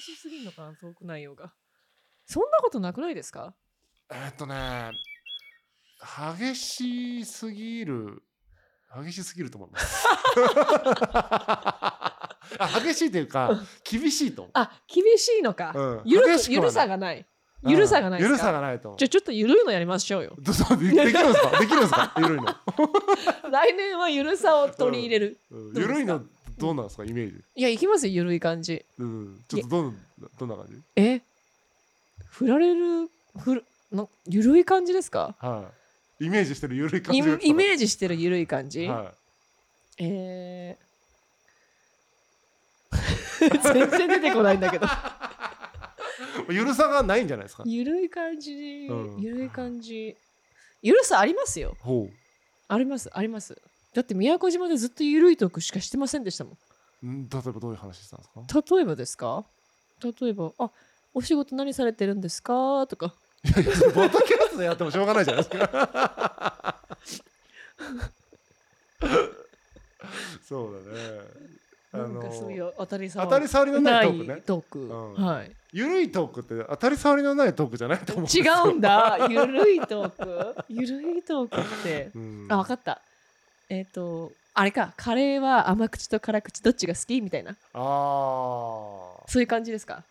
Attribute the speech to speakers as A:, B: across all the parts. A: しすぎるのかなトーク内容がそんなことなくないですか
B: えーっとね、激しすぎる。激しすぎ ると思います。あ激しいというか、厳しいと思
A: あ厳しいのか、
B: う。うん
A: ゆる
B: 激し
A: くゆ
B: くはない
A: るさがない
B: うん
A: ゆるさがないですか
B: ゆるさがないと思う
A: じゃあちょっとゆるいのやりましょうよ
B: どそ うでできるんですかできるんですかゆるいの。
A: 来年はゆるさを取り入れる、
B: う
A: ど
B: ん
A: うですか
B: ゆるいのどうなんですかイメージ。
A: いやいきますよゆるい感じ
B: うん。ちょっとどんどんな感じ
A: え振られるふるのゆるい感じですか
B: はい。イメージしてるゆるい感
A: イ
B: じが。
A: イメージしてるゆるい感じ、
B: は
A: えー 全然出てこないんだ けど
B: い。ゆるさがないんじゃないですか
A: ゆるい感じ、
B: うん
A: ゆるい感じゆるさありますよ
B: ほ
A: ありますありますだって宮古島でずっとゆるいトークしかしてませんでしたもん
B: う。ん例えばどういう話してたんですか
A: 例えばですか例えば「あお仕事何されてるんですか?」とか
B: いやいやポッドキャストでやってもしょうがないじゃないですか。 そうだね。あ
A: なんかそうい
B: の
A: う当たり
B: 当たり
A: 障
B: 障り
A: りの
B: のな
A: ないい
B: トークね。
A: トーク、
B: うん
A: はい
B: ゆるいトークって当たり障りのないトークじゃないと思うんです
A: 違
B: よ。
A: うんだゆるいトークゆるいトークって
B: うん。
A: あ分かったえっ、とあれかカレーは甘口と辛口どっちが好きみたいな
B: あー
A: そういう感じですか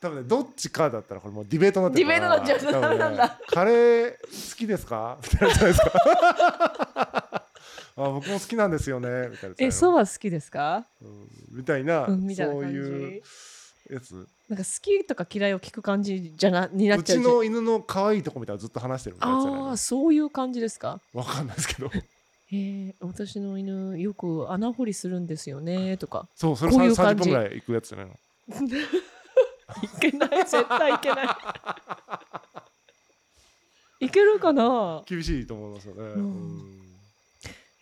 B: 多分ねどっちかだったらこれもうディベートになってから
A: ディベートになっちゃう
B: 多分ね
A: ダメなんだ
B: カレー好きですかみたいなじゃないです かあ僕も好きなんですよねみたいな
A: えそう
B: う、
A: は好きですか
B: うんみたいな,、
A: うんみたいな
B: そう
A: 感じ
B: いうやつ
A: なんか好きとか嫌いを聞く感じじゃなになっ
B: う
A: ちゃう
B: ちの犬の可愛いとこみたいなのずっと話してるみたいなやつじゃない
A: ああそういう感じですか
B: わかんないですけど
A: えー、私の犬よく穴掘りするんですよねとか
B: そうそれ
A: こういう
B: 30
A: 感
B: 分
A: じ
B: ぐらい行くやつじゃないの
A: いけない絶対いけない いけるかな
B: 厳しいと思いますよね、
A: ん
B: うん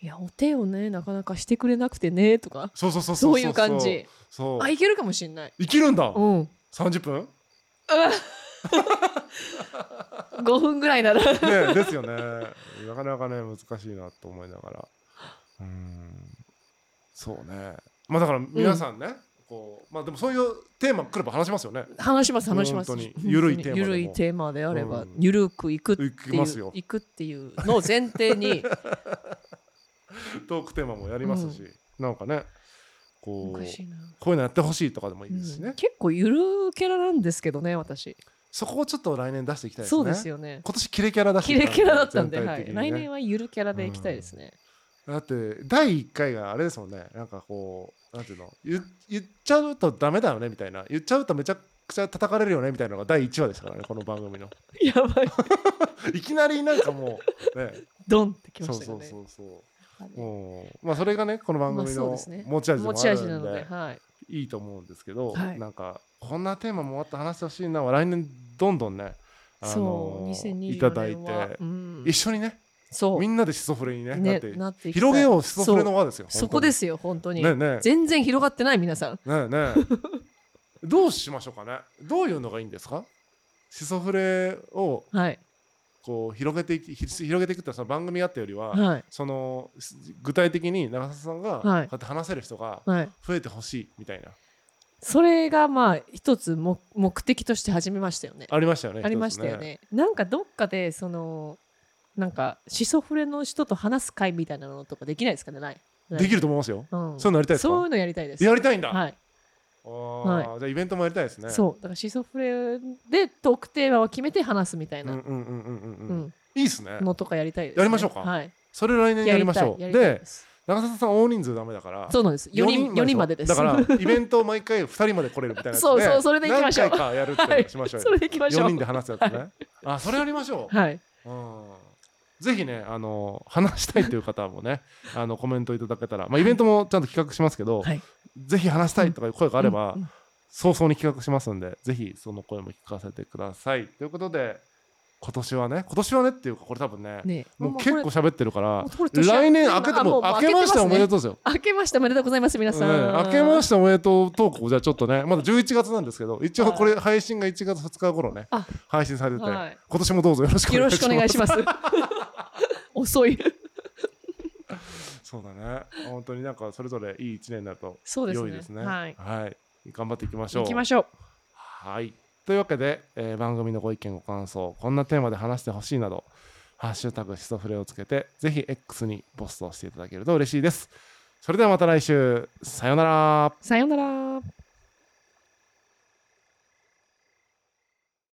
A: いやお手をねなかなかしてくれなくてねとか
B: そうそうそう
A: そういう感じ
B: そう
A: あいけるかもしんない
B: 生きるんだ
A: うん
B: 30分
A: 5分ぐらいなら
B: ねですよねなかなかね難しいなと思いながらうんそうねまあだから皆さんね、こうまあでもそういうテーマ来れば話しますよね
A: 話します話します
B: 本当にゆるいテーマでも
A: ゆるいテーマであれば、
B: うん
A: ゆるくいくっていう
B: いきますよ
A: いくっていうのを前提に
B: トークテーマもやりますし、なんかねこ
A: お
B: う
A: かしいな、
B: こういうのやってほしいとかでもいうい
A: ん
B: ですしね、
A: 結構ゆるキャラなんですけどね私
B: そこをちょっと来年出していきたいですね
A: そうですよね
B: 今年キレキャラ出して
A: キレ
B: いきたい
A: キャラだったんで、
B: 全
A: は
B: 体的
A: い、
B: にね
A: 来年はゆるキャラでいきたいですね。
B: だって第1回があれですもんねなんかこうなんていうの言言っちゃうとダメだよねみたいな言っちゃうとめちゃくちゃ叩かれるよねみたいなのが第1話でしたから ねこの番組の
A: やばい、
B: いきなりなんかもうね
A: ドンってきま
B: そう
A: した
B: そ
A: よ
B: う
A: ね。
B: そうそう
A: はい
B: もうまあそれがねこの番組
A: まあそう
B: の
A: ですね
B: 持ち味でも
A: 持
B: あ
A: ち味
B: る
A: なんので、
B: で
A: はい、
B: いいと思うんですけど、
A: はい
B: なんかこんなテーマもあって話してほしいなは来年どんどんねあ
A: そう、
B: の
A: 2024
B: いただい
A: 年は
B: て、
A: うん
B: 一緒にね
A: そ
B: みんなでシソフレにね
A: う、
B: なっ
A: ね
B: て、
A: なっていきたい
B: 広げようシソフレの輪ですよ
A: そこですすよ、本当に、
B: ねね
A: 全然広がってない皆さん。
B: ねえねえどうしましょうかねどういうのがいいんですかシソフレを
A: はい、
B: こう広げていきひ広げていくってのはその番組やったよりは、
A: はい、
B: そのす具体的に長澤さんがこう
A: は
B: や
A: い
B: って話せる人が
A: はい。
B: 増えてほしいみたいな、
A: それがまあ一つ目目的として始めましたよね。
B: ありましたよね
A: ありましたよ
B: 一つ
A: ね。なんかどっかでそのなんかシソフレの人と話す会みたいなのとかできないですかねない。
B: できると思いますよ
A: うん、
B: そういうのやりたいですか
A: そういうのやりたいです。
B: やりたいんだ、
A: はい、
B: あーじゃあイベントもやりたいですね
A: そうだからシソフレでトークテーマを決めて話すみたい
B: うん
A: な、
B: うんうんうんうん
A: う
B: うん
A: ん
B: いいですね
A: のとかやりたいです、ね。
B: やりましょうか
A: はい。
B: それ来年やりましょう
A: やりたいやりたい
B: で
A: です
B: 長澤さん大人数ダメだから
A: そうなんです。四人四人までです。
B: だからイベントを毎回2人まで来れるみたいなやつ
A: そうそうそれで行きましょう
B: 何回かやるっていうのしましょうよ、
A: それでいきましょ
B: 4
A: う。
B: 人で話すやつね、あそれやりましょう、
A: はい。
B: うんぜひねあの話したいという方もねあのコメントいただけたら、まあ、イベントもちゃんと企画しますけど、
A: はい
B: ぜひ話したいとかいう声があれば、
A: うんうん
B: 早々に企画しますんでぜひその声も聞かせてくださいということで今年はね今年はねっていうかこれ多分ね
A: ね
B: もう
A: もう
B: 結
A: これ
B: 構喋ってるから
A: もうこれ年明け
B: 来年明けて
A: あもう
B: もう
A: 明
B: 明
A: けて
B: け
A: ますね
B: ましておめでとうですよ
A: 明けましておめでとうございます皆さん。
B: うん明けましておめでとうトークをじゃあちょっとねまだ11月なんですけど一応これ配信が1月2日頃ね
A: あ
B: 配信されてて、
A: はい
B: 今年もどうぞよろしくお
A: よろ
B: 願い
A: し
B: し
A: くお
B: ます
A: 願いします。遅い。
B: そうだね本当になんかそれぞれいい1年だと
A: そうです
B: 良
A: ね。
B: いですね
A: はい。
B: はい頑張っていきましょう
A: 行きましょう
B: はい。というわけで、えー番組のご意見、ご感想、こんなテーマで話してほしいなど、ハッシュタグシソフレをつけて、ぜひ X にポストしていただけると嬉しいです。それではまた来週、さようなら。
A: さようなら